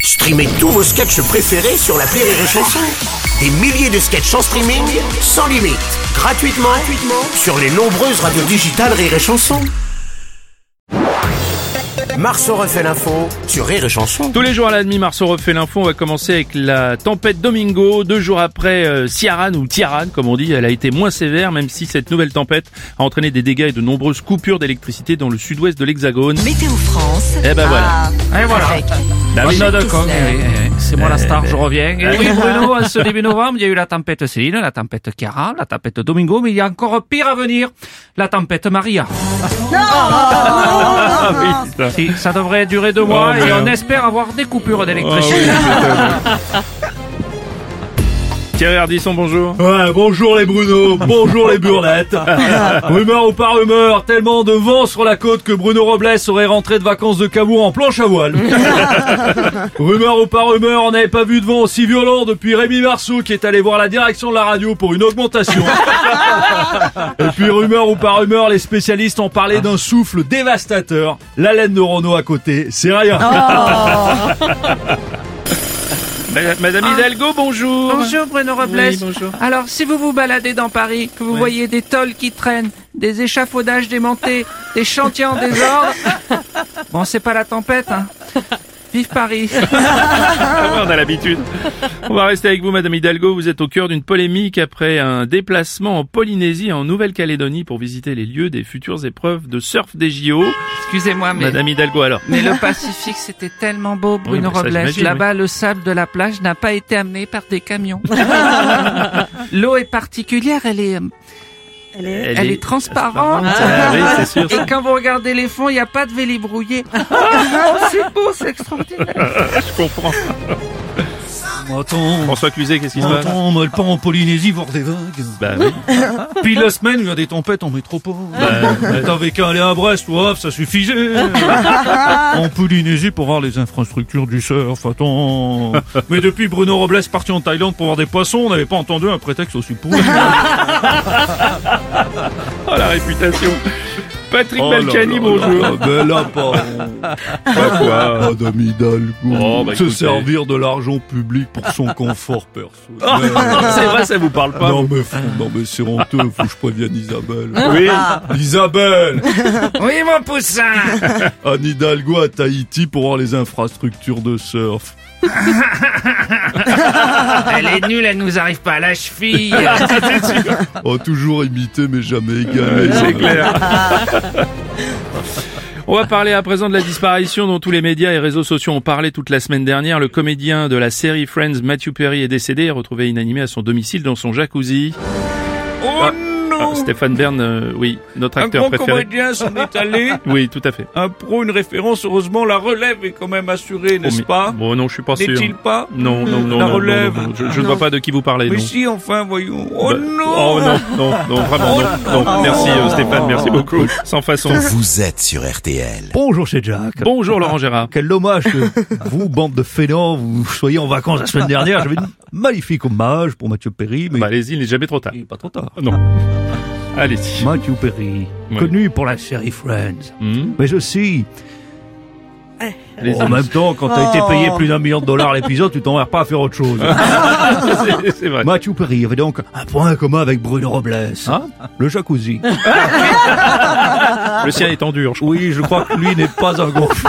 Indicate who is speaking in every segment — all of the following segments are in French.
Speaker 1: Streamez tous vos sketchs préférés sur la Rire et Chanson. Des milliers de sketchs en streaming, sans limite, gratuitement, gratuitement sur les nombreuses radios digitales Rire et Chanson. Marceau refait l'info sur Rire et Chanson.
Speaker 2: Tous les jours à la demi-mars, on refait l'info. On va commencer avec la tempête Domingo. Deux jours après, euh, Ciaran ou Tiaran, comme on dit, elle a été moins sévère, même si cette nouvelle tempête a entraîné des dégâts et de nombreuses coupures d'électricité dans le sud-ouest de l'Hexagone.
Speaker 3: Météo France. Ah,
Speaker 2: Eh ben voilà.
Speaker 4: Et voilà.
Speaker 3: Avec
Speaker 2: Bah oui.
Speaker 4: Bruno
Speaker 3: Kessler.
Speaker 4: Decaux, eh oui, eh oui, c'est moi la star, je reviens. Eh oui, Bruno, en ce début novembre, il y a eu la tempête Céline, la tempête Chiara, la tempête Domingo, mais il y a encore pire à venir, la tempête Maria.
Speaker 2: Ah oui, putain.
Speaker 4: Si, ça devrait durer deux mois
Speaker 2: Ah, mais hein. Ah,
Speaker 4: et on
Speaker 2: non.
Speaker 4: espère avoir des coupures d'électricité.
Speaker 2: Thierry Ardisson, bonjour.
Speaker 5: Ouais, bonjour les Bruno, bonjour les burlettes. rumeur ou pas rumeur, tellement de vent sur la côte que Bruno Robles aurait rentré de vacances de Cabourg en planche à voile. rumeur ou pas rumeur, on n'avait pas vu de vent aussi violent depuis Rémi Marceau qui est allé voir la direction de la radio pour une augmentation. Et puis rumeur ou pas rumeur, les spécialistes ont parlé d'un souffle dévastateur. La laine de Renault à côté, c'est rien.
Speaker 2: Ma- Madame Hidalgo, bonjour.
Speaker 4: Bonjour Bruno Robles.
Speaker 2: Oui, bonjour.
Speaker 4: Alors, si vous vous baladez dans Paris, que vous voyez des tôles qui traînent, des échafaudages démontés, des chantiers en désordre, bon, c'est pas la tempête, hein. Vive Paris.
Speaker 2: Ah ouais, on a l'habitude. On va rester avec vous, Madame Hidalgo. Vous êtes au cœur d'une polémique après un déplacement en Polynésie, et en Nouvelle-Calédonie, pour visiter les lieux des futures épreuves de surf des JO.
Speaker 4: Excusez-moi, mais...
Speaker 2: Madame Hidalgo, alors.
Speaker 4: Mais le Pacifique, c'était tellement beau, Bruno
Speaker 2: mais ça,
Speaker 4: Robles.
Speaker 2: j'imagine,
Speaker 4: Là-bas, le sable de la plage n'a pas été amené par des camions. L'eau est particulière, elle est, elle, est, transparente.
Speaker 2: Ah oui, c'est sûr.
Speaker 4: Et quand vous regardez les fonds, il n'y a pas de vélibrouillé. Oh, c'est beau, c'est extraordinaire.
Speaker 2: Je comprends.
Speaker 5: Attends,
Speaker 2: François Cluzet, qu'est-ce qui
Speaker 4: Ah,
Speaker 2: se passe
Speaker 5: on le pas en Polynésie voir des vagues. Ah.
Speaker 2: Bah oui. Ben,
Speaker 5: Puis la semaine, il y a des tempêtes en métropole. Mais T'avais qu'à aller à Brest, ouaf, ça suffisait. en Polynésie pour voir les infrastructures du surf, attends. Mais depuis Bruno Robles est parti en Thaïlande pour voir des poissons, on n'avait pas entendu un prétexte aussi pourri.
Speaker 2: Oh la réputation. Patrick Balkany,
Speaker 5: Oh là là
Speaker 2: bonjour.
Speaker 5: là, Mais là, pardon.
Speaker 2: Pas quoi.
Speaker 5: Madame Hidalgo,
Speaker 2: Oh, bah,
Speaker 5: se
Speaker 2: écoutez.
Speaker 5: servir de l'argent public pour son confort perso.
Speaker 2: Ah,
Speaker 5: Mais-
Speaker 2: C'est vrai, ça vous parle pas.
Speaker 5: Non mais, fou- non mais c'est honteux, faut que je prévienne Isabelle.
Speaker 2: Ah. Oui.
Speaker 5: Isabelle
Speaker 4: Oui, mon poussin.
Speaker 5: Anne Hidalgo à Tahiti pour voir les infrastructures de surf.
Speaker 4: Elle est nulle, elle nous arrive pas à la cheville.
Speaker 5: Oh, toujours imité mais jamais égalé.
Speaker 2: Euh, C'est clair. On va parler à présent de la disparition dont tous les médias et réseaux sociaux ont parlé toute la semaine dernière. Le comédien de la série Friends, Matthew Perry, est décédé et retrouvé inanimé à son domicile dans son jacuzzi.
Speaker 4: Oh
Speaker 2: Ah,
Speaker 4: non
Speaker 2: Stéphane Bern, euh, oui, notre
Speaker 4: Un
Speaker 2: acteur
Speaker 4: grand
Speaker 2: préféré.
Speaker 4: comédien s'en est allé.
Speaker 2: Oui, tout à fait.
Speaker 4: Un pro, une référence, heureusement, la relève est quand même assurée,
Speaker 2: Oh,
Speaker 4: n'est-ce
Speaker 2: mais-
Speaker 4: pas
Speaker 2: Bon, non, je suis pas
Speaker 4: N'est-il
Speaker 2: sûr.
Speaker 4: pas
Speaker 2: Non, non, non,
Speaker 4: La
Speaker 2: non, non,
Speaker 4: relève.
Speaker 2: non, non, je, je ne vois pas de qui vous parlez.
Speaker 4: Mais
Speaker 2: non.
Speaker 4: si, enfin, voyons. Oh
Speaker 2: Bah,
Speaker 4: non Oh
Speaker 2: Oh non, non, non, vraiment, non, non. Merci euh, Stéphane, merci beaucoup. Sans façon.
Speaker 1: Vous êtes sur RTL.
Speaker 5: Bonjour c'est Jack.
Speaker 2: Bonjour Laurent Gérard.
Speaker 5: Quel dommage que vous, bande de fainéants, vous soyez en vacances la semaine dernière. J'avais une magnifique hommage pour Mathieu Perry, mais
Speaker 2: Bah, allez-y, il n'est jamais trop tard.
Speaker 5: il est pas trop tard.
Speaker 2: Non. allez
Speaker 5: Mathieu Perry,
Speaker 2: Oui. Mm.
Speaker 5: connu pour la série Friends, mais aussi...
Speaker 2: Les
Speaker 5: en même temps, quand t'as été payé plus d'un million de dollars l'épisode, tu t'emmerdes pas à faire autre chose.
Speaker 2: Ah. C'est- C'est vrai.
Speaker 5: Mathieu Perry avait donc un point commun avec Bruno Robles.
Speaker 2: Ah.
Speaker 5: le jacuzzi.
Speaker 2: Le sien est en dur, je crois.
Speaker 5: Oui, je crois que lui n'est pas un gonfle.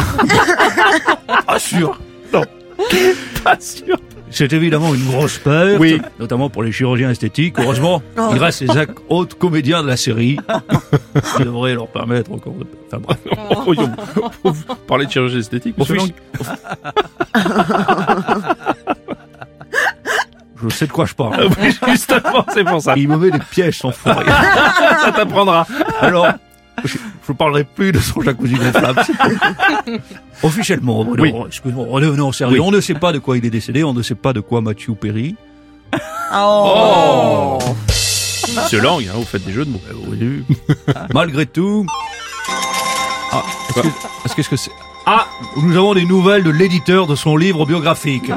Speaker 5: Pas sûr.
Speaker 2: Pas sûr.
Speaker 5: C'est évidemment une grosse perte,
Speaker 2: Oui.
Speaker 5: notamment pour les chirurgiens esthétiques. Heureusement, il reste les ac- autres comédiens de la série qui devraient leur permettre encore de... Enfin, bref.
Speaker 2: Oh, yo. Vous parlez de chirurgie esthétique.
Speaker 5: Bon,
Speaker 2: monsieur
Speaker 5: puis-
Speaker 2: Lang
Speaker 5: Je sais de quoi je parle.
Speaker 2: Oui, Justement, c'est pour ça.
Speaker 5: Il me met des pièges sans fond.
Speaker 2: Ça t'apprendra.
Speaker 5: Alors, je ne parlerai plus de son jacuzzi gonflable. Officiellement, Bruno,
Speaker 2: Oui.
Speaker 5: excuse-moi, redevenons sérieux.
Speaker 2: Oui.
Speaker 5: On ne sait pas de quoi il est décédé, on ne sait pas de quoi Mathieu Perry.
Speaker 2: Oh. Monsieur Lang, hein, vous faites des jeux de mots.
Speaker 5: Euh, Malgré tout. Ah, est-ce que- est-ce que- est-ce que c'est. Ah Nous avons des nouvelles de l'éditeur de son livre biographique.